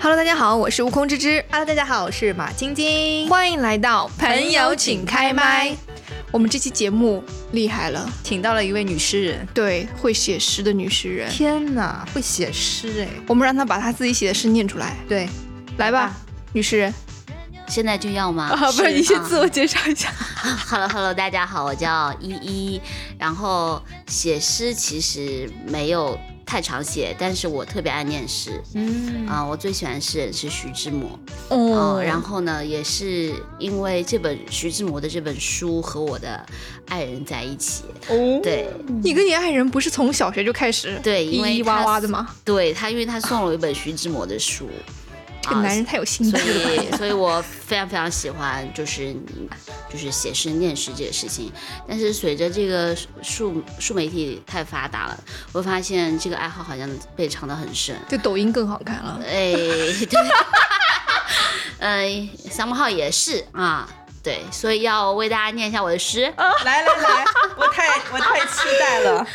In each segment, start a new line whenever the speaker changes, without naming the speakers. Hello，大家好，我是悟空芝芝，
Hello，大家好，我是马晶晶，
欢迎来到
朋友请开麦。
我们这期节目厉害了，
请到了一位女诗人。
对，会写诗的女诗人，
天
啊
哪，会写诗哎！
我们让她把她自己写的诗念出来，
对，
来吧，
啊
女诗人
现在就要吗？
啊，不是，你先自我介绍一下。
Hello Hello，大家好，我叫依依。然后写诗其实没有太常写，但是我特别爱念诗。
嗯
啊、我最喜欢的诗人是徐志摩。
哦
哦，然后呢，也是因为这本徐志摩的这本书和我的爱人在一起。
哦，
对
你跟你爱人不是从小学就开始
对，因为
咿咿
他
哇哇的吗？
对他，因为他送了我一本徐志摩的书。
这个男人太有 心机
所
了。
以，所以我非常非常喜欢，就是就是写诗、念诗这个事情。但是随着这个数数媒体太发达了，我发现这个爱好好像被藏得很深。
对抖音更好看了，
哎，对， 呃，三木号也是啊，对，所以要为大家念一下我的诗。
哦来来来，我太我太期待了，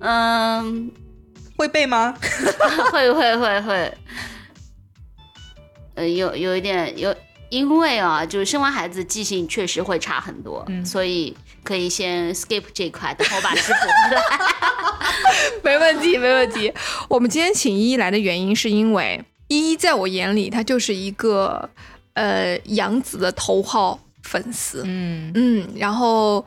嗯，
会背吗？
会会会会，呃，有有一点有，因为啊，就是生完孩子记性确实会差很多，
嗯
所以可以先 skip 这一块，等我把 诗补出来。
没问题，没问题。我们今天请依依来的原因是因为依依在我眼里，她就是一个呃杨紫的头号粉丝。
嗯，
嗯，然后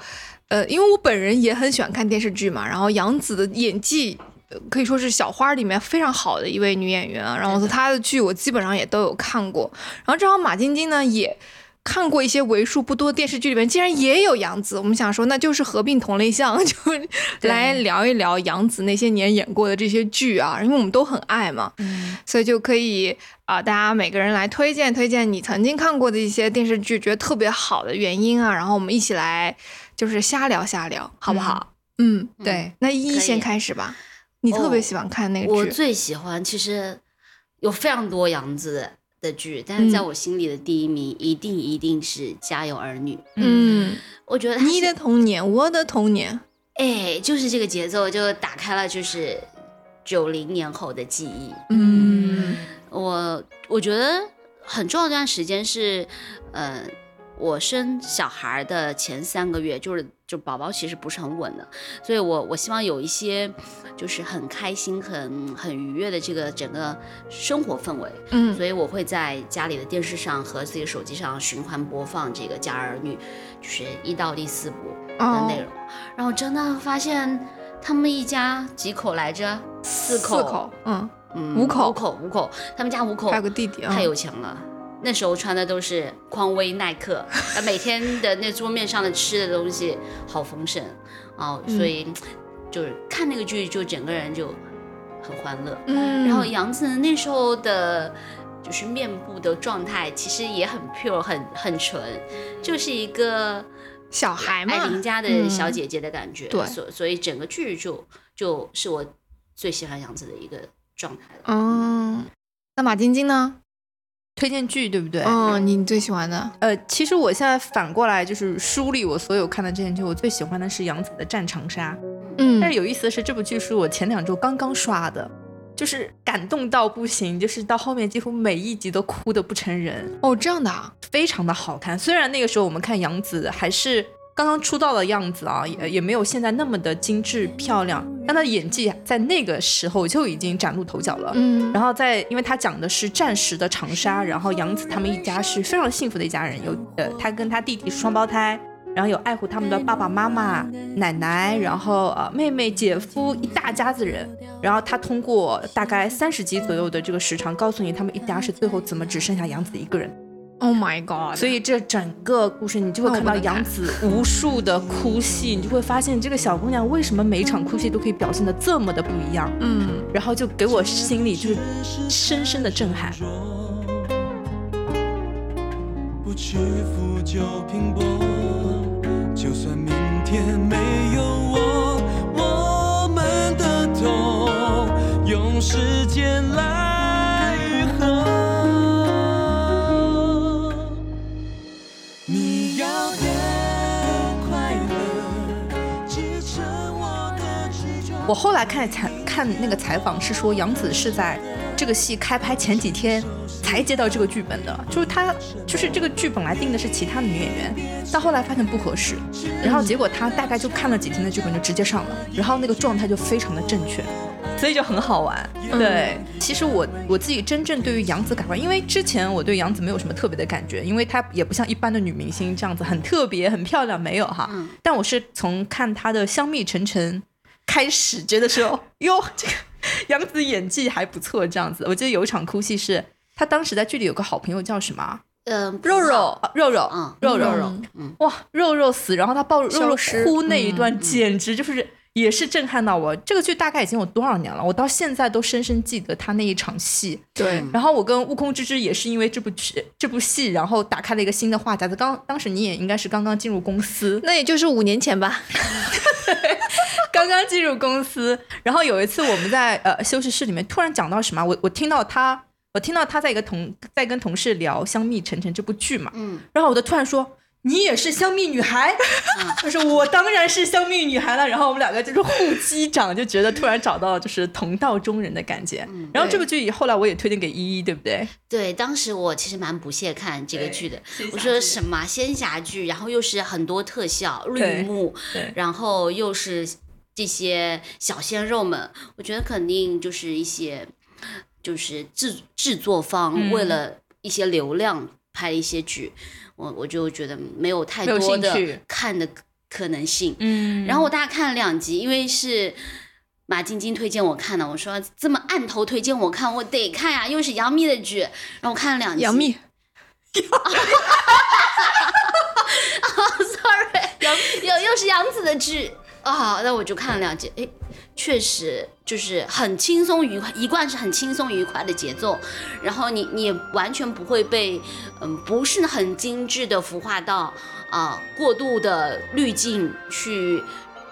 呃，因为我本人也很喜欢看电视剧嘛，然后杨紫的演技。呃可以说是小花里面非常好的一位女演员啊，然后她的剧我基本上也都有看过，然后正好马晶晶呢也看过一些为数不多的电视剧里面，竟然也有杨紫，我们想说那就是合并同类项，就来聊一聊杨紫那些年演过的这些剧啊，因为我们都很爱嘛，
嗯
所以就可以啊、大家每个人来推荐推荐你曾经看过的一些电视剧，觉得特别好的原因啊，然后我们一起来就是瞎聊瞎聊，好不好？嗯，
对，
那依依
可以哦
先开始吧。你特别喜欢看那
我
个剧，
最喜欢其实有非常多杨紫的的剧，但是在
嗯
我心里的第一名一定一定是《家有儿女》。
嗯，
我觉得它
你
是
的童年，我的童年，
哎，就是这个节奏就打开了，就是九零年后的记忆。
嗯
我我觉得很重要的一段时间是，嗯、呃，我生小孩的前三个月，就是就宝宝其实不是很稳的，所以我我希望有一些就是很开心、很很愉悦的这个整个生活氛围，
嗯
所以我会在家里的电视上和自己手机上循环播放这个《家有儿女》，就是一到第四部的内容，
哦
然后真的发现他们一家几口来着？四口，
四口，嗯，
嗯，
五口
五口，五口，他们家五口
还有个弟弟啊，
太有钱了。那时候穿的都是匡威、耐 克，呃每天的那桌面上的吃的东西好丰盛哦，
嗯
所以就是看那个剧，就整个人就很欢乐。
嗯，
然后杨紫那时候的，就是面部的状态其实也很 pure，很很纯，就是一个
小孩嘛，
爱邻家的
嗯
小姐姐的感觉。
对
所所以整个剧就就是我最喜欢杨紫的一个状态了。
嗯，那马晶晶呢？
推荐剧对不对？
嗯，你最喜欢的
呃，其实我现在反过来就是梳理我所有看的这些剧，我最喜欢的是杨紫的《战长沙》。
嗯
但是有意思的是，这部剧是我前两周刚刚刷的，就是感动到不行，就是到后面几乎每一集都哭得不成人，
哦，这样的啊，
非常的好看。虽然那个时候我们看杨紫还是刚刚出道的样子啊，也也没有现在那么的精致漂亮，但她的演技在那个时候就已经崭露头角了。
嗯，
然后在，因为他讲的是战时的长沙，然后杨紫他们一家是非常幸福的一家人，有呃，他跟他弟弟是双胞胎，然后有爱护他们的爸爸妈妈、奶奶，然后呃妹妹、姐夫一大家子人。然后他通过大概三十集左右的这个时长，告诉你他们一家是最后怎么只剩下杨紫一个人。
Oh my god！
所以这整个故事，你就会
那我
看
不
到
能看
杨紫无数的哭戏，你就会发现这个小姑娘为什么每一场哭戏都可以表现的这么的不一样。
嗯。
然后就给我心里就是深深的震撼。
不屈服就拼搏，就算明天没有我，我们的痛用时间来愈合。你要的快乐，支撑我的执着。
我后来看采看那个采访是说，杨紫是在这个戏开拍前几天才接到这个剧本的，就是他就是这个剧本来定的是其他的女演员，到后来发现不合适，然后结果他大概就看了几天的剧本就直接上了，然后那个状态就非常的正确。所以就很好玩，对。其实我我自己真正对于杨紫改观，因为之前我对杨紫没有什么特别的感觉，因为她也不像一般的女明星这样子很特别、很漂亮，没有哈。
嗯
但我是从看她的《香蜜沉沉》开始，觉得说，哟，这个杨紫演技还不错，这样子。我记得有一场哭戏是她当时在剧里有个好朋友叫什么啊
嗯，
肉肉，啊肉肉，
嗯
肉肉，
肉肉
嗯
哇，肉肉死，然后他抱肉肉
消失
哭那一段，简直就是。也是震撼到我，这个剧大概已经有多少年了？我到现在都深深记得他那一场戏。
对，
然后我跟悟空之之也是因为这部剧、这部戏，然后打开了一个新的话匣子。刚当时你也应该是刚刚进入公司，
那也就是五年前吧。
刚刚进入公司，然后有一次我们在呃休息室里面突然讲到什么，我我听到他，我听到他在一个同在跟同事聊《香蜜沉沉》这部剧嘛，
嗯，
然后我就突然说。你也是香蜜女孩， 他说我当然是香蜜女孩了。然后我们两个就是互击掌，就觉得突然找到了就是同道中人的感觉。然后这部剧后来我也推荐给依依，对不对？
嗯对，当时我其实蛮不屑看这个剧的
仙，
我
侠
说
剧
什么仙侠剧，然后又是很多特效、绿
对
幕
对，
然后又是这些小鲜肉们，我觉得肯定就是一些就是制制作方
嗯
为了一些流量拍一些剧，我我就觉得没有太
没有
多
兴
的
趣
看的可能性。
嗯
然后我大概看了两集，因为是马晶晶推荐我看的，我说这么按头推荐我看，我得看呀、又是杨幂的剧，然后我看了两集。
杨幂，
，sorry，又又是杨紫的剧啊、那我就看了两集，诶，确实就是很轻松愉快，一贯是很轻松愉快的节奏，然后你你也完全不会被嗯不是很精致的服化到啊、过度的滤镜去。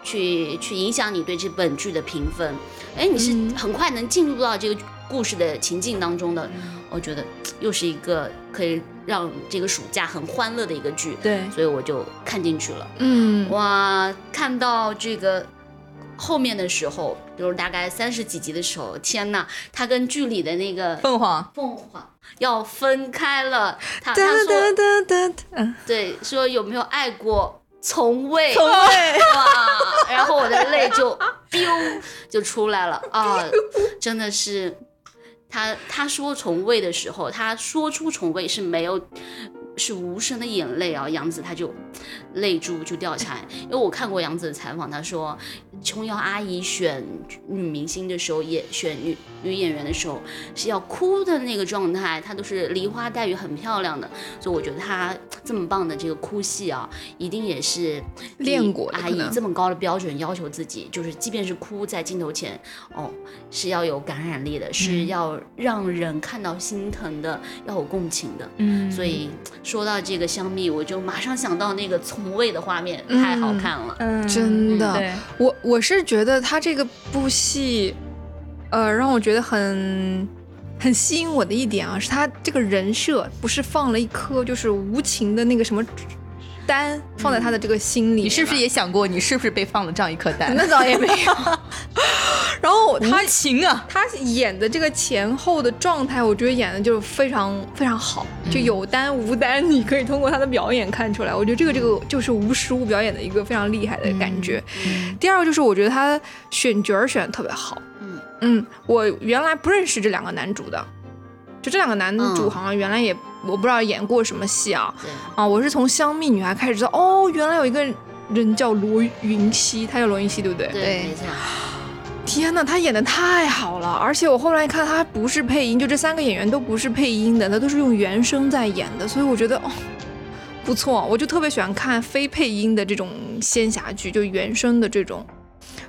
去去影响你对这本剧的评分，哎，你是
嗯
很快能进入到这个故事的情境当中的，我觉得嘖又是一个可以让这个暑假很欢乐的一个剧，
对
所以我就看进去了。
嗯，
哇，看到这个后面的时候，比如大概三十几集的时候，天呐，他跟剧里的那个
凤凰，
凤凰要分开了。他
哒
他
哒
说
哒哒哒，嗯
对，说有没有爱过？从未
从未。
哇， 然后我的泪就 biu 就出来了啊，真的是。他他说从未的时候，他说出从未是没有，是无声的眼泪啊。杨紫她就泪珠就掉下来，因为我看过杨紫的采访，她说琼瑶阿姨选女明星的时候，也选女女演员的时候是要哭的那个状态，她都是梨花带雨，很漂亮的，所以我觉得她这么棒的这个哭戏啊，一定也 是
练过的
阿
可
姨
能
这么高的标准要求自己，就是即便是哭在镜头前，哦，是要有感染力的，是要让人看到心疼的，要有共情的。
嗯
所以说到这个香蜜，我就马上想到那个从未的画面，
嗯
太好看了。
嗯
真
嗯
的
对，
我我是觉得他这个部戏，呃，让我觉得很很吸引我的一点啊，是他这个人设不是放了一颗就是无情的那个什么丹放在他的这个心里，
你是不是？也想过，你是不是被放了这样一颗 蛋？
那倒也没有。然后他
无情啊！
他演的这个前后的状态，我觉得演的就是非常非常好，就有单无单，你可以通过他的表演看出来。我觉得这个这个就是无实物表演的一个非常厉害的感觉。第二个就是我觉得他选角儿选的特别好，
嗯
嗯，我原来不认识这两个男主的，就这两个男主
嗯
好像原来也、我不知道演过什么戏啊
对，
啊，我是从《香蜜女孩》开始知道，哦，原来有一个人叫罗云熙，他叫罗云熙对不对？
对，没错，
天呐，他演的太好了！而且我后来看他不是配音，就这三个演员都不是配音的，他都是用原声在演的，所以我觉得哦不错，我就特别喜欢看非配音的这种仙侠剧，就原声的这种，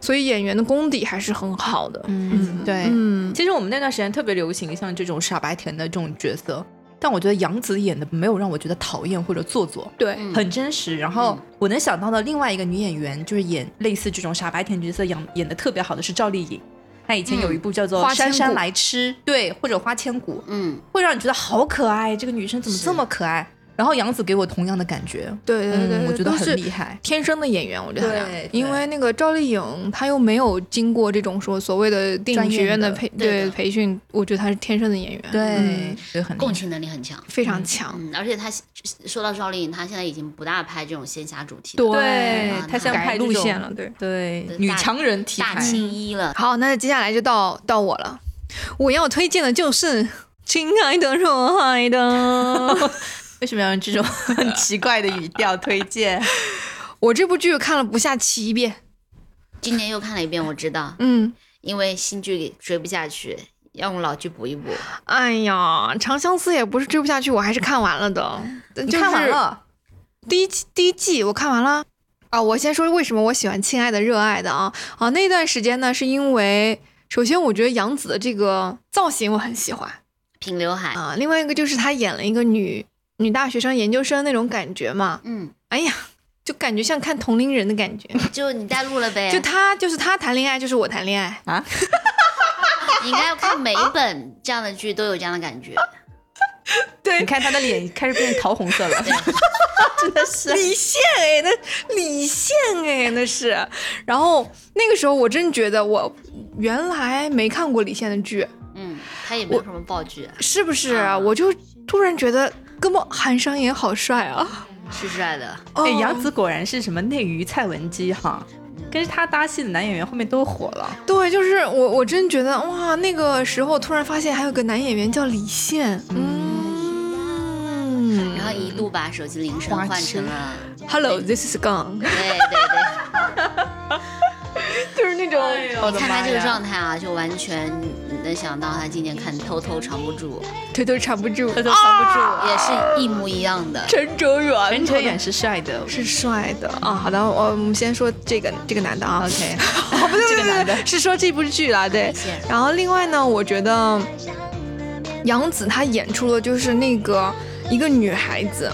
所以演员的功底还是很好的。
嗯，对。
嗯，
其实我们那段时间特别流行像这种傻白甜的这种角色，但我觉得杨紫演的没有让我觉得讨厌或者做作，
对，
嗯
很真实。然后我能想到的另外一个女演员，就是演类似这种傻白甜角色演演的特别好的是赵丽颖。她以前有一部叫做
花
《
千
姗姗
骨
来迟》，对，或者《花千骨》，
嗯
会让你觉得好可爱，这个女生怎么
是
这么可爱？然后杨紫给我同样的感觉，
对对对，
嗯，我觉
都
得很
是
厉害。
天生的演员，我觉得他俩
对，
因
对
为那个赵丽颖，她又没有经过这种说所谓的电影学院
专业的
培
对的
培训，我觉得她是天生的演员，
对，
嗯
觉得很厉害
共情能力很强。
非常强。
嗯，而且他说到赵丽颖，她现在已经不大拍这种仙侠主题
对
的，
对她现在
改
拍这
路
种
线了，对。
对
对
女
大
强人题
大
材，
青衣了。
好，那接下来就到到我了，我要推荐的就是《亲爱的热爱的》。
为什么要用这种很奇怪的语调推荐？
我这部剧看了不下七遍，
今年又看了一遍，我知道，
嗯，
因为新剧给追不下去，要用老剧补一补。
哎呀，《长相思》也不是追不下去，我还是看完了的。
你
就是
看完了？
第一季第一季我看完了啊。我先说为什么我喜欢《亲爱的热爱的》啊啊那段时间呢，是因为首先我觉得杨紫的这个造型我很喜欢
平刘海，
啊，另外一个就是她演了一个女女大学生研究生那种感觉嘛，
嗯，
哎呀，就感觉像看同龄人的感觉，
就你带路了呗。
就她就是她谈恋爱就是我谈恋爱，
你应该要看每一本这样的剧都有这样的感觉。
对
你看她的脸开始变桃红色了，真的 是。
李现哎，那李现哎，那是。然后那个时候我真觉得我原来没看过李现的剧，
嗯，他也没有什么爆剧，
是不是、
啊
我就突然觉得，哥们韩商言好帅啊！
是帅的。
哎，
哦
杨紫果然是什么内娱蔡文姬哈，跟着她搭戏的男演员后面都火了。
对，就是我，我真觉得哇，那个时候突然发现还有个男演员叫李现，嗯
然后一度把手机铃声
花
换
痴
成了，
，Hello，this is Gang，
对对对。
就是那种。
我
看他这个状态啊，就完全能想到他今年看《偷偷藏不住
腿都缠不住，啊
她都藏不住。》，
也是一模一样 的。
陈哲远，
陈哲远是帅的
是帅的啊。好的，我我们先说这个这个男的啊。
，OK，
哦，不对，
这
不
个
对，
男
不
的
对，是说这部剧啦，对
谢。
然后另外呢，我觉得杨紫她演出的就是那个一个女孩子，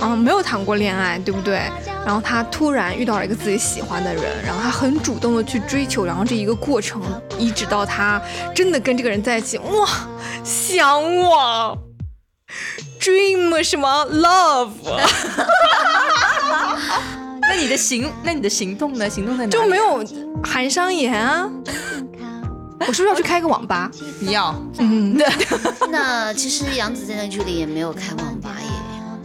嗯，没有谈过恋爱，对不对？然后她突然遇到了一个自己喜欢的人，然后她很主动的去追求，然后这一个过程，一直到她真的跟这个人在一起，哇，想我，dream 什么 love。
那你的行，那你的行动呢？行动在哪里？
就没有韩商言啊。我是不是要去开个网吧？
你要
嗯，
那其实杨紫在那剧里也没有开网吧耶，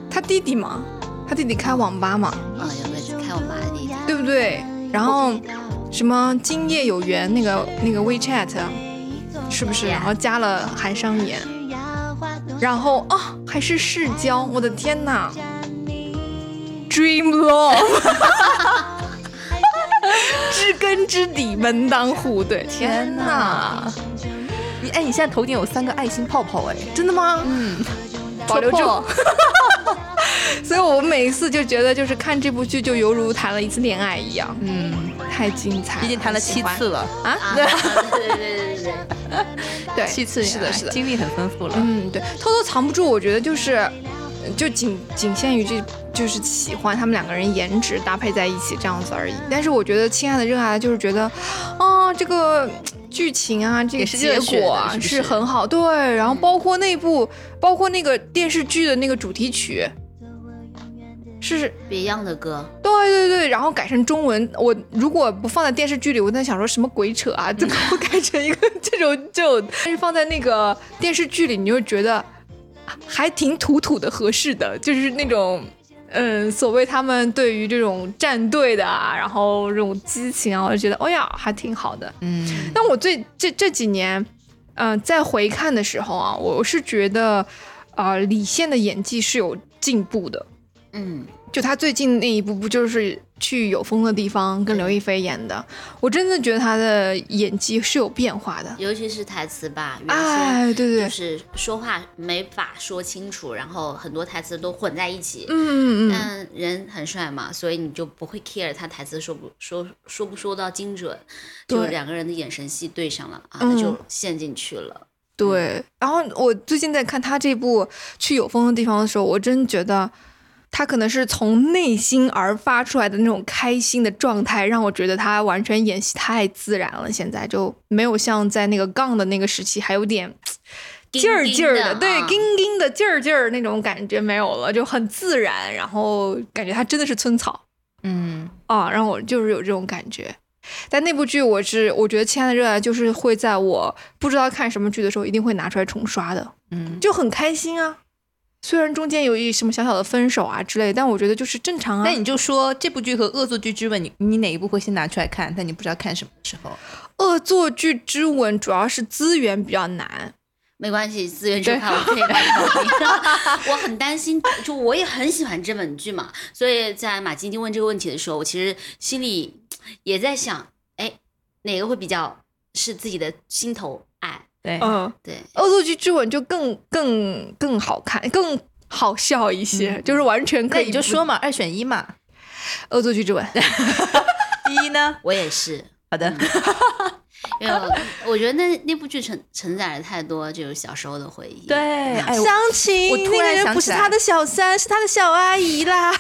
他弟弟嘛，他弟弟开网吧嘛，
啊，有个开网吧的弟弟，
对不对？然后什么今夜有缘那个那个 WeChat，是啊不是？
Yeah
然后加了韩商言，然后啊还是世交，我的天呐 d r e a m Love，知根知底，门当户对，天呐，
你哎，你现在头顶有三个爱心泡泡哎，
真的吗？
嗯，
保留住
戳破
所以我每一次就觉得，就是看这部剧就犹如谈了一次恋爱一样，
嗯，
太精彩了，
毕竟谈了
喜
七
欢
次了，
啊，对对对对对，
对，
七次
是的，
恋爱
是的，
经历很丰富了。
嗯，对，偷偷藏不住，我觉得就是，呃就仅仅限于这就是喜欢他们两个人颜值搭配在一起这样子而已。但是我觉得《亲爱的热爱的》就是觉得，啊，这个。剧情啊，这个
也是
结
热血的
果啊
是不是
是很好，对，然后包括那部，包括那个电视剧的那个主题曲，是
别样的歌，
对对对，然后改成中文。我如果不放在电视剧里，我在想说什么鬼扯啊， 怎么会改成一个这种这种？但是放在那个电视剧里，你就觉得啊还挺土土的，合适的，就是那种。嗯，所谓他们对于这种战队的啊，然后这种激情啊，我就觉得，哎呀，还挺好的。
嗯，
但我最这这几年，嗯、在回看的时候啊，我是觉得，啊、李现的演技是有进步的。
嗯，
就他最近那一部不就是去有风的地方跟刘亦菲演的，我真的觉得他的演技是有变化的。
尤其是台词吧，原先。
哎，对对，
就
对
是说话没法说清楚，然后很多台词都混在一起。
嗯嗯嗯，
但人很帅嘛，所以你就不会 care 他台词说不说说不说到精准，就
对
两个人的眼神戏对上了啊，
嗯
那就陷进去了。嗯
对。然后我最近在看他这部去有风的地方的时候，我真觉得他可能是从内心而发出来的那种开心的状态，让我觉得他完全演戏太自然了，现在就没有像在那个杠的那个时期还有点。劲儿劲儿
的，
对
啊，
叮叮的劲儿劲儿那种感觉没有了，就很自然，然后感觉它真的是村草
嗯
啊，让我就是有这种感觉。但那部剧我是我觉得《亲爱的热爱》就是会在我不知道看什么剧的时候一定会拿出来重刷的，
嗯，
就很开心啊。虽然中间有一什么小小的分手啊之类，但我觉得就是正常啊。
那你就说这部剧和《恶作剧之吻》，你你哪一部会先拿出来看？但你不知道看什么时候。
恶作剧之吻主要是资源比较难，
没关系，资源正
对
看我可以来搞定 我很担心，就我也很喜欢这本剧嘛，所以在马晶晶问这个问题的时候，我其实心里也在想，哎，哪个会比较是自己的心头爱？
对，
嗯，
对，
恶作剧之吻就更更更好看，更好笑一些，嗯就是完全
那
可以
你就
不
说嘛，二选一嘛。
恶作剧之吻，
第一呢？
我也是，
好的，
因为我我觉得那那部剧承承载了太多就是小时候的回忆。嗯
对，哎，我
湘琴，
我突
那个
然想
人不
起
是
来
他的小三，是他的小阿姨啦。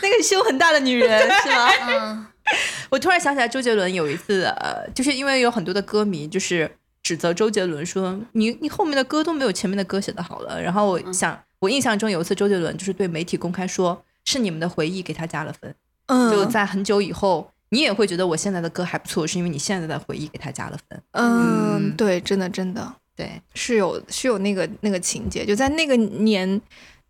那个胸很大的女人是吗？
嗯，
我突然想起来，周杰伦有一次，呃，就是因为有很多的歌迷就是指责周杰伦说你你后面的歌都没有前面的歌写的好了。然后我想，我印象中有一次周杰伦就是对媒体公开说，是你们的回忆给他加了分。
嗯
就在很久以后，你也会觉得我现在的歌还不错，是因为你现在的回忆给他加了分。嗯
嗯，对，真的真的
对，
是有是有那个那个情节，就在那个年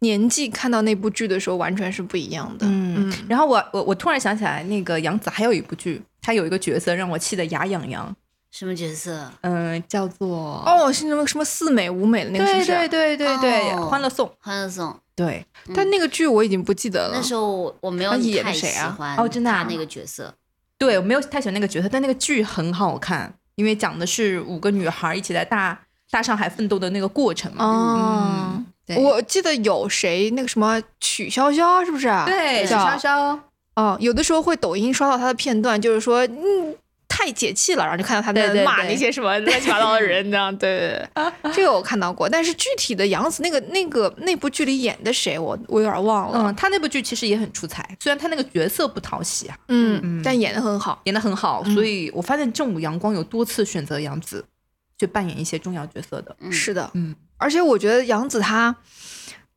年纪看到那部剧的时候，完全是不一样的。
嗯。然后我我我突然想起来，那个杨紫还有一部剧，她有一个角色让我气得牙痒痒，
什么角色？
嗯、叫做
哦，是那个什么四美五美的那个，是不
对
是？啊
对对对对，
哦
欢乐颂》
欢乐颂。
对，嗯
但那个剧我已经不记得了
那。时候我我没有
他
你
演的
太喜
谁啊
欢
哦真的啊
他那个角色，
对，我没有太喜欢那个角色，但那个剧很好看，因为讲的是五个女孩一起在大大上海奋斗的那个过程嘛。
哦，
嗯
嗯
对
我记得有谁那个什么曲筱绡是不是啊？
对，
叫
潇潇，
哦，有的时候会抖音刷到她的片段，就是说嗯太解气了，然后就看到她
对对
在
对
骂那些什么乱七八糟的 人，这样对对对，这个我看到过，但是具体的杨紫那个那个那部剧里演的谁，我我有点忘了，
嗯，她那部剧其实也很出彩，虽然她那个角色不讨喜啊，
嗯，
嗯
但演的很好，
演的很好，所以我发现正午阳光有多次选择杨紫去扮演一些重要角色的。
嗯
是的，
嗯，
而且我觉得杨紫她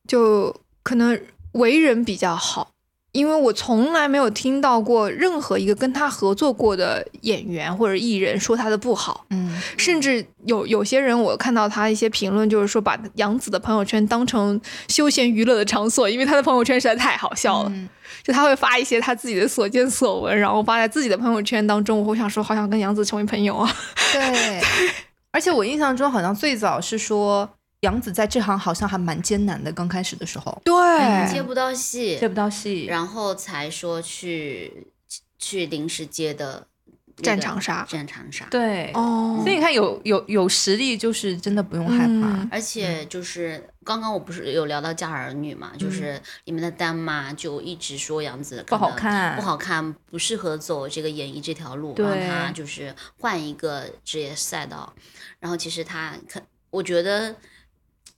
就可能为人比较好，因为我从来没有听到过任何一个跟她合作过的演员或者艺人说她的不好。
嗯，
甚至有有些人，我看到他一些评论，就是说把杨紫的朋友圈当成休闲娱乐的场所，因为他的朋友圈实在太好笑了。
嗯
就他会发一些他自己的所见所闻，然后发在自己的朋友圈当中。我想说，好想跟杨紫成为朋友啊！
对。而且我印象中好像最早是说杨紫在这行好像还蛮艰难的，刚开始的时候
对，
哎接不到戏，
接不到戏，
然后才说去去临时接的那个
战长杀
战长杀。，
对，
哦
所以你看有有有实力，就是真的不用害怕。
嗯
而且就是刚刚我不是有聊到《家有儿女》嘛，就是里面的丹妈就一直说杨紫
嗯不好
可能
看
不好看，不适合走这个演艺这条路，
对
让她就是换一个职业赛道。然后其实她肯，我觉得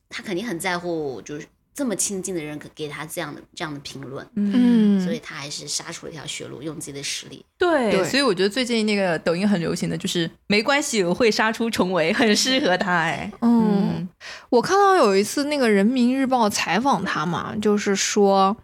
她肯定很在乎，就是这么亲近的人给她这样的这样的评论，
嗯，
嗯，
所以她还是杀出了一条血路，用自己的实力。
对，
对
所以我觉得最近那个抖音很流行的就是没关系，我会杀出重围，很适合他哎。
嗯，
嗯
我看到有一次那个《人民日报》采访他嘛，就是说，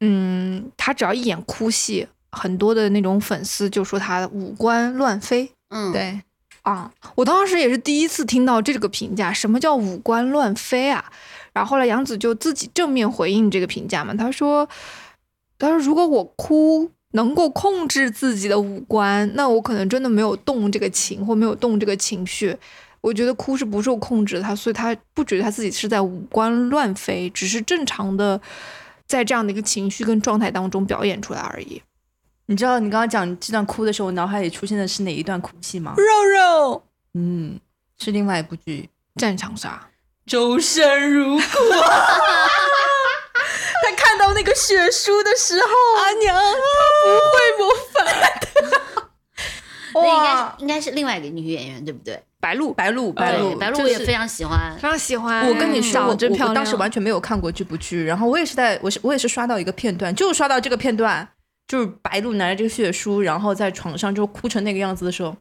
嗯，他只要一演哭戏，很多的那种粉丝就说他五官乱飞。
嗯，，
对，
啊，我当时也是第一次听到这个评价，什么叫五官乱飞啊？然后后来杨紫就自己正面回应这个评价嘛，她说：“她说如果我哭能够控制自己的五官，那我可能真的没有动这个情或没有动这个情绪。我觉得哭是不受控制的，她所以她不觉得她自己是在五官乱飞，只是正常的在这样的一个情绪跟状态当中表演出来而已。”
你知道你刚刚讲这段哭的时候，我脑海里出现的是哪一段哭戏吗？
肉肉
嗯，是另外一部剧
战场杀，
《周生如故》。 他看到那个血书的时候，阿娘不会模
那应该
哇
应该是另外一个女演员，对不对？
白鹿
白鹿，嗯白
对
鹿，
白鹿
就
我也
是
非常喜欢
非。常喜欢。
哎
我跟你说，
长
我
得真
我
漂
我
亮。
当时完全没有看过这部剧，然后我也是在我是我也是刷到一个片段，就是刷到这个片段，就是白鹿拿着这个血书，然后在床上就哭成那个样子的时候，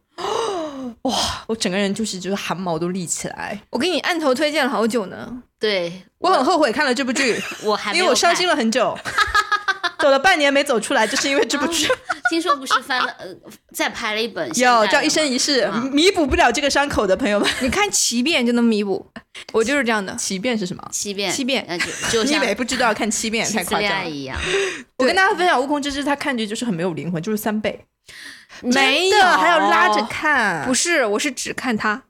我整个人就是就是汗毛都立起来。
我给你按头推荐了好久呢，
对
我很后悔看了这部剧，
我还没
因
有
为我伤
看
心了很 久，走了半年没走出来，就是因为这部剧。
啊听说不是翻了，呃，再拍了一本嗯现代
有
的
叫《
吗
一生一世
啊》，
弥补不了这个伤口的朋友们，
你看奇变就能弥补，我就是这样的。
奇变是什么？
七遍，
七遍
那就就
你以
像
为不知道看七遍
七
太
次
夸
恋
张
爱
了。
一样，
我跟大家分享《悟空之志》，它看着就是很没有灵魂，就是三倍，
没有
真的还要拉着看，
不是，我是只看他。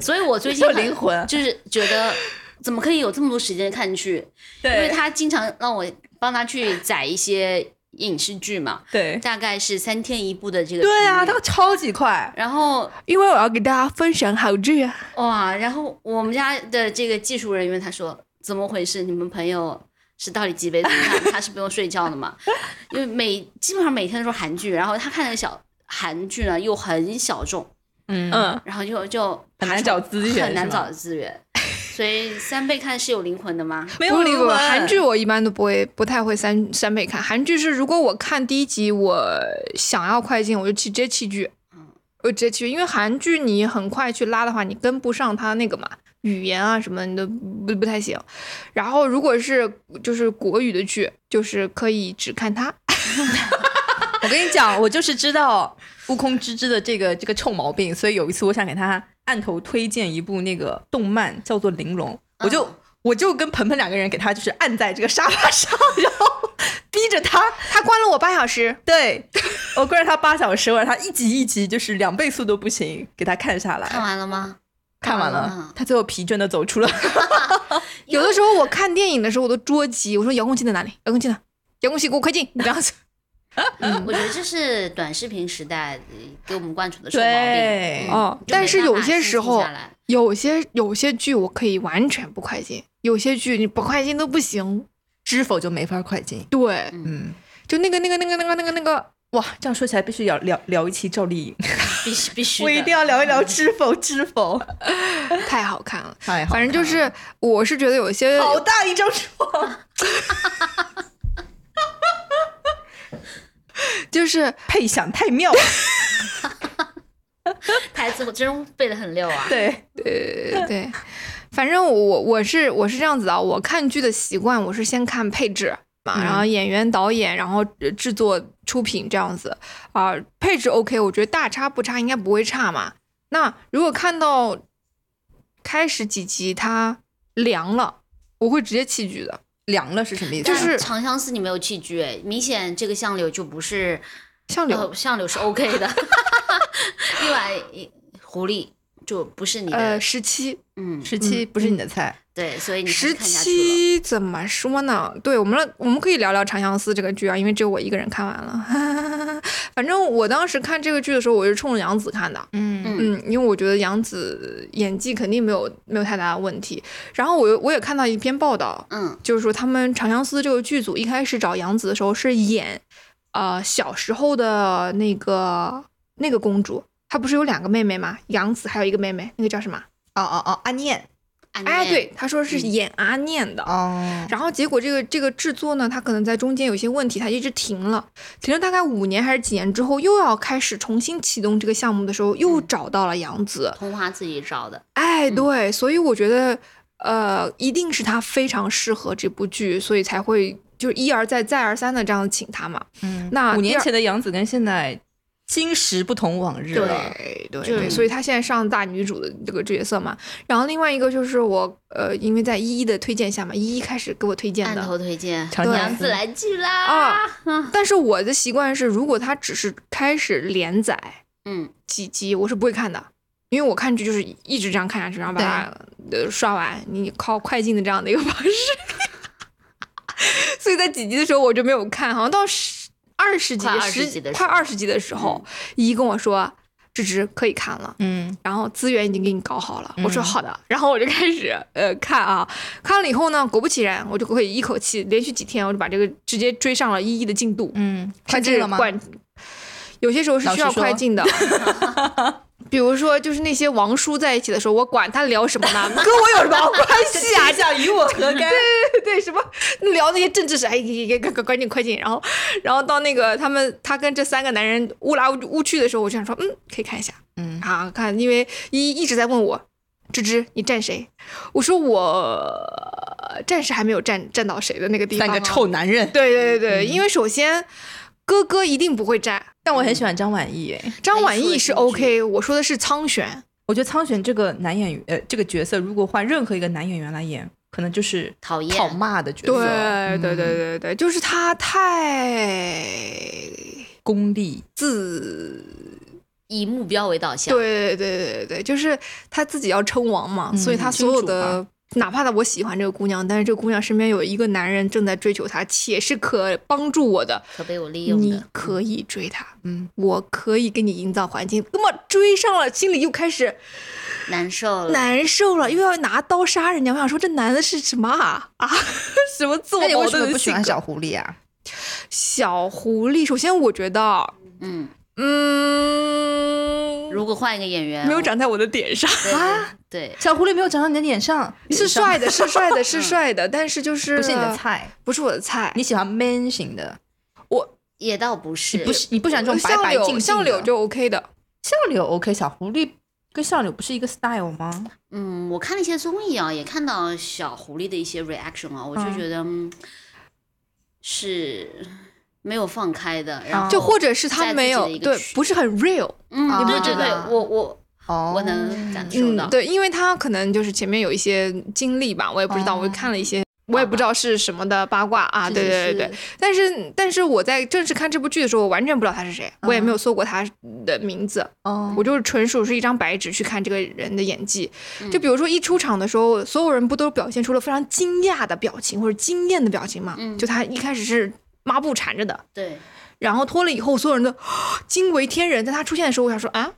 所以 我最近
有
很
灵魂
就是觉得怎么可以有这么多时间看剧？因
对
为他经常让我帮他去载一些影视剧嘛，
对
大概是三天一部的这个。
对啊，它。超级快，
然后
因为我要给大家分享好剧啊，
哇，然后我们家的这个技术人员他说怎么回事？你们朋友是到底几杯看？他是不用睡觉的嘛？因为每基本上每天都是韩剧，然后他看的小韩剧呢又很小众，
嗯，
嗯，
然后就就
很难找资源
很难
是吗
找资源。所以三倍看是有灵魂的吗？
没
不
有灵
不不
魂。
韩 剧我一般都不会，不太会三三倍看。韩剧是如果我看第一集，我想要快进，我就直接弃剧，
嗯
我直接弃剧，因为韩剧你很快去拉的话，你跟不上它那个嘛。语言啊什么的你都不不太行，然后如果是就是国语的剧，就是可以只看它，
我跟你讲，我就是知道悟空之之的这个这个臭毛病，所以有一次我想给他按头推荐一部那个动漫，叫做《玲珑》，我就、我就跟鹏鹏两个人给他就是按在这个沙发上， 然后逼着他，
它关了我半小时，
对我跟着他八小时，我让他一集一集就是两倍速都不行，给他看下来，
看完了吗？
看完
看完
了
了，
他最后疲倦的走出 了，
有的时候我看电影的时候我都捉急，我说遥控器在哪里？遥控器呢？遥控器给我快进！这样子，
我觉得这是短视频时代呃给我们灌输的臭毛病。
对
嗯
哦
就没
但是
办
有
法
些
清
时
醒
候
下来
有些有些剧我可以完全不快进，有些剧你不快进都不行。
知否就没法快进，
对，
嗯，
就那个那个那个那个那个那个，
哇，这样说起来必须要聊聊一期赵丽 颖，
必须必须
我
的
一定要聊一聊知否知否，
太好看了。
太好
反正就
看了
是，我是觉得有些
好大一张床。
就是
配享太妙。
台词，我真背得很溜啊。
对，嗯
对对，反正我我是我是这样子的啊，我看剧的习惯我是先看配置嘛，然
嗯
后演员、导演，然后呃制作、出品这样子啊、配置 OK，我觉得大差不差，应该不会差嘛。那如果看到开始几集它凉了，我会直接弃剧的。
凉了是什么意思？
就
但
是
长相思你没有弃剧，哎明显这个相柳就不是
像柳，
呃相柳是 OK 的。 另外一狐狸就不是你的，
呃，十七，
嗯，
十七不是你的菜，
对，所以你还是
十
看下去了。
七怎么说呢？对我们来，我们可以聊聊《长相思》这个剧啊，因为只有我一个人看完了。 反正我当时看这个剧的时候，我是冲着杨紫看的，
嗯
嗯，
嗯，因为我觉得杨紫演技肯定没有没有太大的问题。然后我又我也看到一篇报道，
嗯
就是说他们《长相思》这个剧组一开始找杨紫的时候是演，呃，小时候的那个那个公主，她不是有两个妹妹吗？杨紫还有一个妹妹，那个叫什么？
哦哦哦，阿念，
暗
哎，
恋
对，她说是演阿念的。
哦，
然后结果这个这个制作呢，它可能在中间有些问题，它一直停了，停了大概五年还是几年之后，又要开始重新启动这个项目的时候，又找到了杨紫。
红花自己找的，
哎，
嗯
对，所以我觉得，呃，一定是他非常适合这部剧，所以才会就是一而再再而三的这样请他嘛。
嗯
那
五年
第二
前的杨紫跟现在今时不同往日了，
对对
就是
对，所以她现在上大女主的这个角色嘛。然后另外一个就是我呃，因为在依依的推荐下嘛，依依开始给我推荐
按
的，
头推荐
长
对
杨紫来剧啦。
啊但是我的习惯是，如果它只是开始连载
嗯，
几集，我是不会看的，因为我看剧就是一直这样看下去，然后把它呃刷完，你靠快进的这样的一个方式。 所以在几集的时候我就没有看，好像到十二十集
快、20集
十
的时
快
候嗯
二十集的时候，依依跟我说：“芝芝可以看了。”
嗯，
然后资源已经给你搞好了，
嗯
我说好的， 然后我就开始呃看啊，看了以后呢，果不其然，我就可以一口气连续几天，我就把这个直接追上了一一的进度，
嗯，快
甚
进
至
了吗？
管有些时候是需要快进的，比如说，就是那些王叔在一起的时候，我管他聊什么 呢，跟我有什么关系啊？
下与我何干？
对，什么聊那些政治事，哎，赶赶赶紧快进，然后，然后到那个他们他跟这三个男人乌来乌去的时候，我就想说，嗯，可以看一下
嗯，
啊，看，因为一一直在问我，芝芝你站谁？我说我暂时还没有站站到谁的那个地方、
三
啊，
个臭嗯男人。
对对对对，因为首先哥哥一定不会站，
但我很喜欢张晚意，哎，
张
没
晚
错
意是
进去
OK，我说的是苍玄，
我觉得苍玄这个男演员，呃，这个角色如果换任何一个男演员来演，可能就是
讨厌
讨骂的角
对
色，
对对对
嗯，
对，就是他太
功利，
自，
以目标为导向，
对对对对对，就是他自己要称王嘛，
嗯
所以他
君
所有
主
的。哪怕他我喜欢这个姑娘，但是这个姑娘身边有一个男人正在追求她，且是可帮助我的，
可被我利用
你
的。
可以追她，
嗯，
我可以给你营造环境。那么追上了，心里又开始
难受了，
难受了，又要拿刀杀人家。我想说，这男的是什么啊？啊， 什么自我
那你为
矛
什么
盾
不
的
喜
性
欢
格？
小狐狸啊？
小狐狸，首先我觉得，
嗯，
嗯，
如果换一个演员，
没有
我
长在我的点上，
对
啊
对，
小狐狸没有长到你的脸上，
是
脸上
帅的，是帅的，是帅的，但是就是
不是你的，菜，
嗯不是我的菜。
你喜欢 man 型的，
也倒不是，
你不喜你不喜欢这种白
相
白
柳
净净的
相柳就 OK 的，哦
相柳 OK，小狐狸跟相柳不是一个 style 吗？
嗯，我看了一些综艺啊，也看到小狐狸的一些 reaction 啊，我就
嗯
觉得、嗯是没有放开的，然
啊
后
哦就或者是啊
在
他
自
没
己
有
的一个
对
区，
不是很 real，
嗯，
你
对
不
对
觉
对
得，
我我
哦
我能感受到，
嗯，对，因为他可能就是前面有一些经历吧，我也不知道，
哦
我看了一些，我也不知道是什么的八卦啊，
这
对
只
对
是
对对，但是，但是我在正式看这部剧的时候，我完全不知道他是谁，我也
嗯
没有搜过他的名字，
哦
我就是纯属是一张白纸去看这个人的演技。就
嗯
比如说一出场的时候，所有人不都表现出了非常惊讶的表情或者惊艳的表情嘛？
嗯
就他一开始是抹布缠着的，
对，
然后脱了以后，所有人都啊惊为天人。但他出现的时候，我想说啊，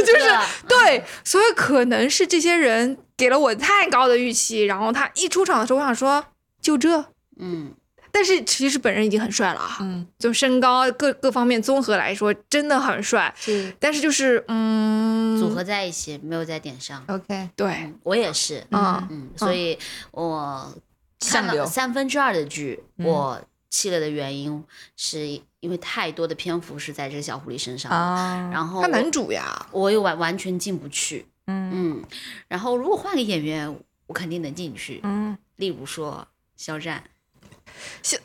就是
这
对，所以可能是这些人给了我太高的预期，然后他一出场的时候，我想说就这。
嗯，
但是其实本人已经很帅了啊，
嗯
就身高各各方面综合来说，真的很帅。
是
但是就是嗯，
组合在一起没有在点上，
OK，
对，
嗯，我也是，
嗯，
嗯，所以我看
相
了
柳
三分之二的剧，
嗯
我弃了的原因是因为太多的篇幅是在这个小狐狸身上的，
啊，
然后
他
我
男主呀，
我又完完全进不去，
嗯
嗯，然后如果换个演员，我肯定能进去，
嗯
例如说肖战，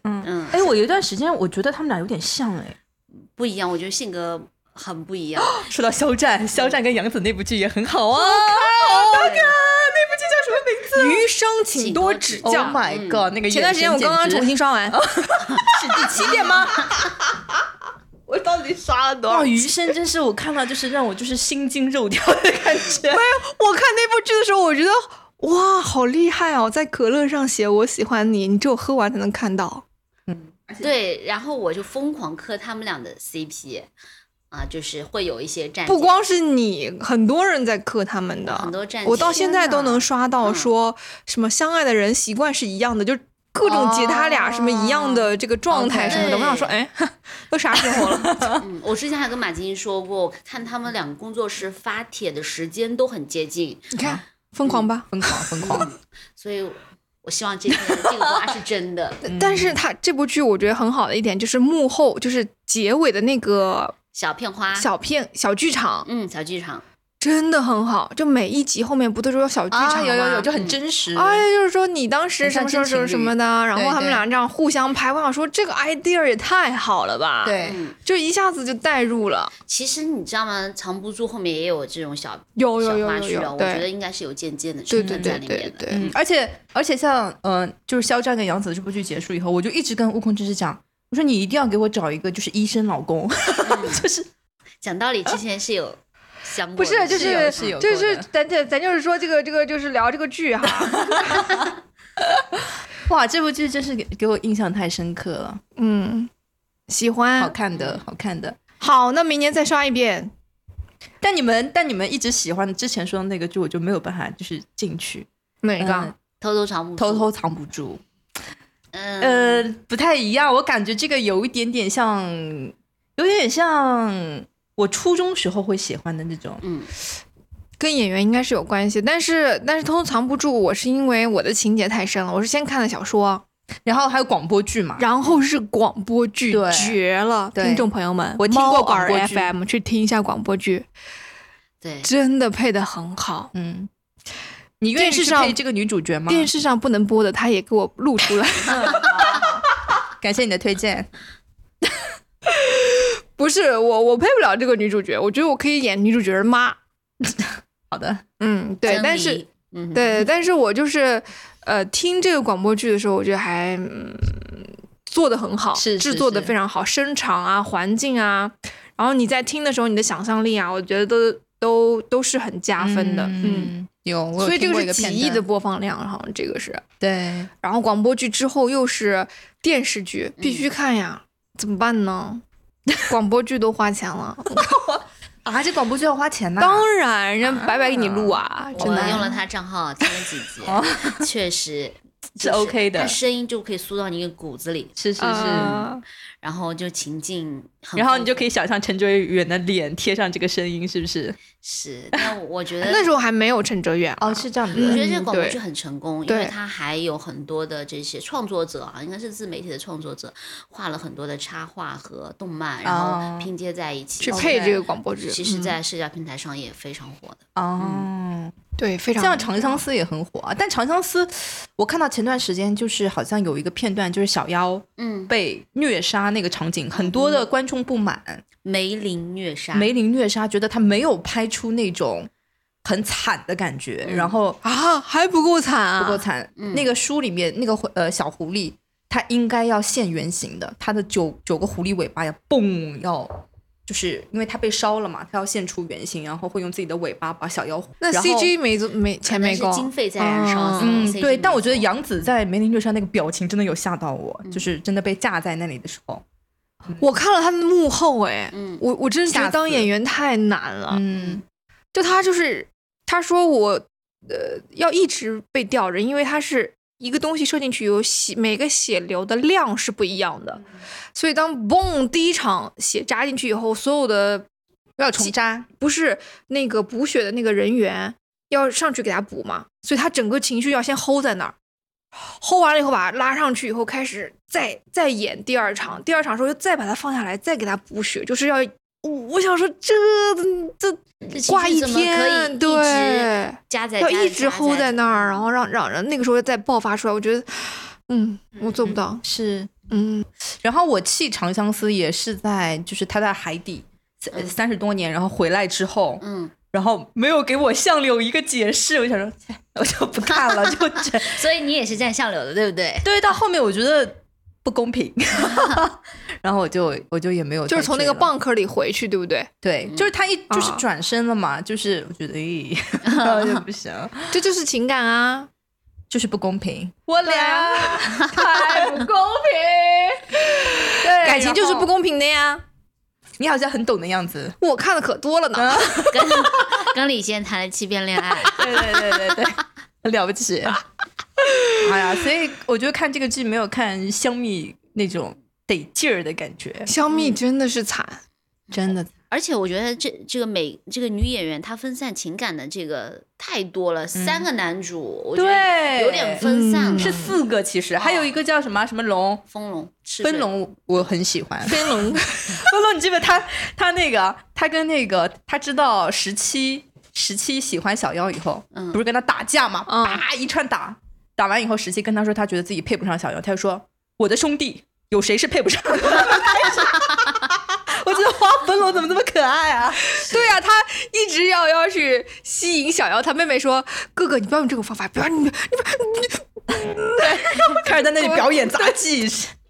嗯，
嗯，
哎，我有一段时间我觉得他们俩有点像哎。
不一样，我觉得性格很不一样，
哦
说到肖战，肖战跟杨紫那部剧也很好啊。
余生请
请
多
多
指
指
教。哦
Oh
教
my
嗯
god，那个
前段时间我刚刚重新刷完，
是第七遍吗？
我到底刷了多
哇，余生真是我看到就是让我就是心惊肉跳的感觉。
我看那部剧的时候，我觉得哇，好厉害哦！在可乐上写“我喜欢你”，你只有喝完才能看到。
对，然后我就疯狂磕他们俩的 CP，啊，就是会有一些战
不
绩
光是你，很多人在磕他们的，
很多站
我到
姐
现在都能刷到
嗯
说什么相爱的人习惯是一样的，就各种截他俩什么一样的这个状态什么的。
哦
我想说，哎， 都啥时候 了？
嗯，我之前还跟马晶说过，我看他们两个工作室发帖的时间都很接近，嗯
你看，疯狂吧。
疯狂疯
哦
狂，
所以我希望这个这个瓜是 真的。
但
嗯
是他这部剧我觉得很好的一点就是幕后，就是结尾的那个
小片花，
啊
小片小剧场
嗯小剧场，
真的很好，就每一集后面不都说有小剧场吗？
啊有有有，就很真实。
哎，就是说你当时
很
什
像
么时候
真情
什么什
侣
么的，然后
对
他们
对
俩这样互相拍，我想说这个 idea 也太好了吧？，
对，
嗯，
就一下子就带入了。
其实你知道吗？藏不住后面也有这种小
有哦有
小
有
花
有
絮了，
有，
我觉得
对
应该是有借鉴的
对
成
对
分
对
在里
对
面的。
对
嗯，，而且而且像呃，就是肖战跟杨紫这部剧结束以后，我就一直跟悟空真是讲，我说你一定要给我找一个就是医生老公， 就是
讲道理，之前是有想过
呃不是
的，
就是
有是有
就
过
是
的
咱这咱就是说这个这个就是聊这个剧 哈，
哇，这部剧真是给给我印象太深刻了，
嗯，喜
好
欢
看的好看的。
好，那明年再刷一遍。
但你们但你们一直喜欢之前说的那个剧，我就没有办法就是进去，
哪个？
嗯
偷偷藏不住，
偷偷藏不住。
嗯
呃，不太一样，我感觉这个有一点点像，有点点像我初中时候会喜欢的那种。
嗯，
跟演员应该是有关系，但是但是偷偷藏不住，我是因为我的情节太深了，我是先看的小说，
然后还有广播剧嘛，
然后是广播剧，
对
绝了，
对
听众朋友们，
我听过广播剧
FM 去听一下广播剧，
对，
真的配的很好，
嗯，你愿意
电视
去
上
配这个女主角吗？
电视上不能播的，他也给我录出来，
嗯感谢你的推荐。
不是我我配不了这个女主角，我觉得我可以演女主角的妈，
好的，
嗯，对，
真
但
理
是。
嗯，
对，但是我就是呃听这个广播剧的时候，我觉得还、嗯、做的很好，
是
制
是
作的
是
非常好，声场啊、环境啊，然后你在听的时候，你的想象力啊，我觉得都都都是很加分的，嗯。，
有，我有
所以这
听过
个是
一个
几
片
亿
段
的播放量，好像这个是。
对，
然后广播剧之后又是电视剧，必须看呀，怎么办呢？ 广播剧都花钱了，
啊，这广播剧要花钱呐。
当然人家白白给你录啊，
我
真的。哦
用了他账号听了几 集， 确实
是
就是
OK 的
他声音就可以塑到你的骨子里，
是嗯是
啊
然后就情境很丰富，
然后你就可以想象陈哲远的脸贴上这个声音，是不是？
是，但 我觉得
那时候还没有陈哲远啊
哦这样
我
嗯
觉得这个广播
对
剧很成功，因
对
为它还有很多的这些创作者啊，应该是自媒体的创作者，画了很多的插画和动漫，然
哦
后拼接在一起
去
包括
配
在
这个广播剧，
哦
嗯
其实，在社交平台上也非常火的。
哦，
对，非常
像长相思也很火啊，但长相思，我看到前段时间就是好像有一个片段，就是小妖
嗯，
被虐杀那个场景，很多
嗯
的观众不满，
梅林虐杀，
啊
梅林虐杀，觉得他没有拍出那种很惨的感觉，然后
啊，还不够惨啊！
不够惨。那个书里面那个狐呃小狐狸，它应该要现原形的，它的九九个狐狸尾巴呀，嘣要，就是因为它被烧了嘛，它要现出原形，然后会用自己的尾巴把小妖。
那
然后
CG 没做没
可
钱
能
没
是
够，
经费在燃烧。
嗯
嗯，
所以
对，
就
但
没
我觉得
火
杨紫在《梅林虐杀》那个表情真的有吓到我，就是真的被架在那里的时候，
我看了他的幕后哎，
嗯
我我真的觉
吓
得
死
当演员太难了。
嗯，
就他就是他说我呃要一直被吊着，因为他是一个东西射进去有血，每个血流的量是不一样的，所以当嘣第一场血扎进去以后，所有的
要重扎，
不是那个补血的那个人员要上去给他补嘛，所以他整个情绪要先 hold 在那儿，hold 完了以后把他拉上去以后，开始再再演第二场，第二场的时候又再把他放下来，再给他补血，就是要。我我想说这，这
这情
挂
绪
一
怎么可以
天，
一
对
直，加载
要
加
一
载
直
加
hold
载
在那儿，然后让让让那个时候再爆发出来，我觉得，嗯，我做不到，
是
嗯，
然后我弃长相思也是在，就是他在海底三三十多年，然后回来之后，
嗯，
然后没有给我相柳一个解释，我想说，切我就不看了，就这。？
所以你也是站相柳的，对不对
对，到后面我觉得不公平， 然后我就我就也没有再
就是从那个
追了，
蚌壳里回去，对不对？
对，就是他一就是
啊
转身了嘛，就是我觉得，哎， 就不行，
这就是情感啊，
就是不公平，我
对啊，
太不公平，对，
感情就是
然后
不，公平的呀。
你好像很懂的样子，
我看的可多了呢，
跟跟李现谈了七遍恋爱，
对对对对对， 很了不起。哎呀，所以我觉得看这个剧没有看香蜜那种得劲儿的感觉，
香蜜真的是惨，
嗯真的。
而且我觉得这这个美这个女演员她分散情感的这个太多了，三个男主，我觉得
嗯对嗯
有点分散了。
是四个，其实还有一个叫什么什么龙，
风龙，赤水
分，龙我很喜欢。
飞龙
分龙，你记不？他他那个他跟那个他知道十七十七喜欢小妖以后，
嗯
不是跟他打架嘛，
嗯
啪一串打，打完以后十七跟他说他觉得自己配不上小妖，他就说我的兄弟有谁是配不上的？ 我觉得哇，分龙怎么这么可爱啊？
对啊，他一直要要去吸引小妖，他妹妹说：“哥哥，你不要用这种方法，不要你，你不
开始在那里表演杂技，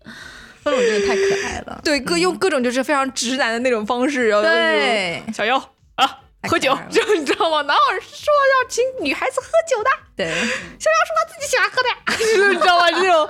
分龙真的太可爱了。
对哥用各种就是非常直男的那种方式，然后
嗯对
小妖啊，
太
喝酒
可爱，了
就你知道吗？哪有说要请女孩子喝酒的？
对，
小妖说他自己喜欢喝 的，你知道吗？这种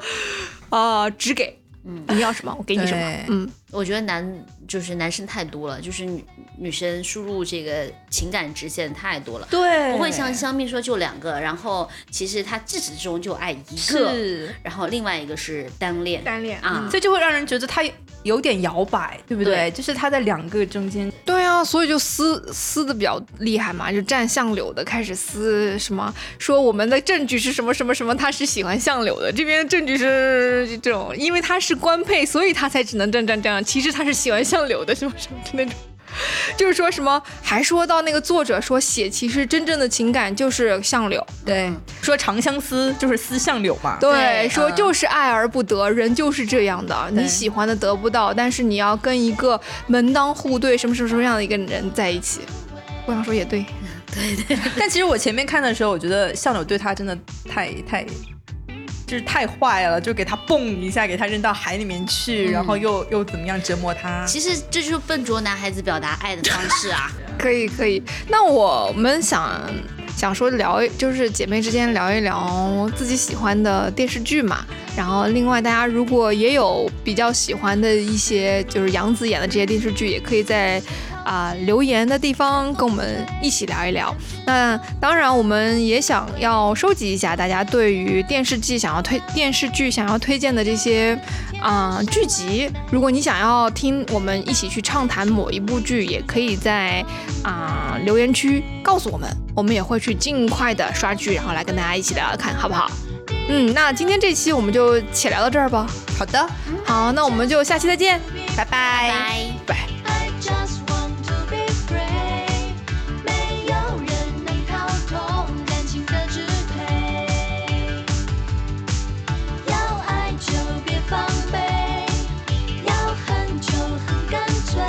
啊，只给
嗯，
你要什么，我给你什么
对，
嗯，
我觉得男就是男生太多了，就是女女生输入这个情感直线太多了。
对
不会像香蜜说就两个，然后其实她自始至终就爱一个，
是，
然后另外一个是单恋，
单恋
啊，
所以就会让人觉得他有点摇摆，对不
对
就是他在两个中间，
对啊，所以就撕撕的比较厉害嘛，就站相柳的开始撕什么，说我们的证据是什么什么什么，他是喜欢相柳的，这边的证据是这种，因为他是官配，所以他才只能这样这样这样，其实他是喜欢相柳的，什么什么那种。 就是说什么，还说到那个作者说写，其实真正的情感就是相柳，
对，
嗯
说长相思就是思相柳嘛，
对，
对
说
嗯
就是爱而不得，人就是这样的，
对
你喜欢的得不到，但是你要跟一个门当户对、什么什么什么样的一个人在一起。我想说也对，
但其实我前面看的时候，我觉得相柳对他真的太太，就是太坏了，就给他蹦一下，给他扔到海里面去，
嗯
然后又又怎么样折磨他？
其实这就是笨拙男孩子表达爱的方式啊。
可以可以。那我们想想说聊一，就是姐妹之间聊一聊自己喜欢的电视剧嘛。然后另外大家如果也有比较喜欢的一些，就是杨紫演的这些电视剧，也可以在。啊、留言的地方跟我们一起聊一聊。那当然，我们也想要收集一下大家对于电视剧想要推电视剧想要推荐的这些啊、剧集。如果你想要听我们一起去畅谈某一部剧，也可以在啊、留言区告诉我们，我们也会去尽快的刷剧，然后来跟大家一起聊聊看，好不好？嗯，那今天这期我们就且聊到这儿吧。
好的，
好，那我们就下期再见，
拜拜。
拜。
I just want to be free，没有人能逃脱感情的支配。要爱就别防备，要恨就很干脆。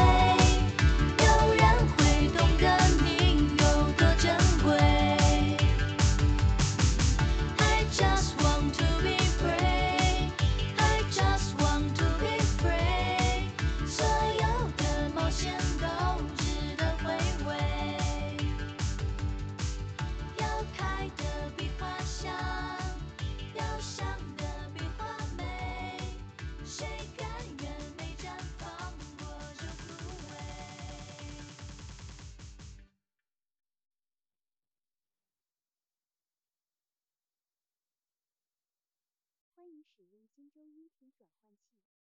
有人会懂得你有多珍贵。I just want to be free。I just want to be free。所有的冒险都值得回味。要开的比花香，要想的比花美。谁甘愿没绽放，我就枯萎。
欢迎使用金州音频转换器。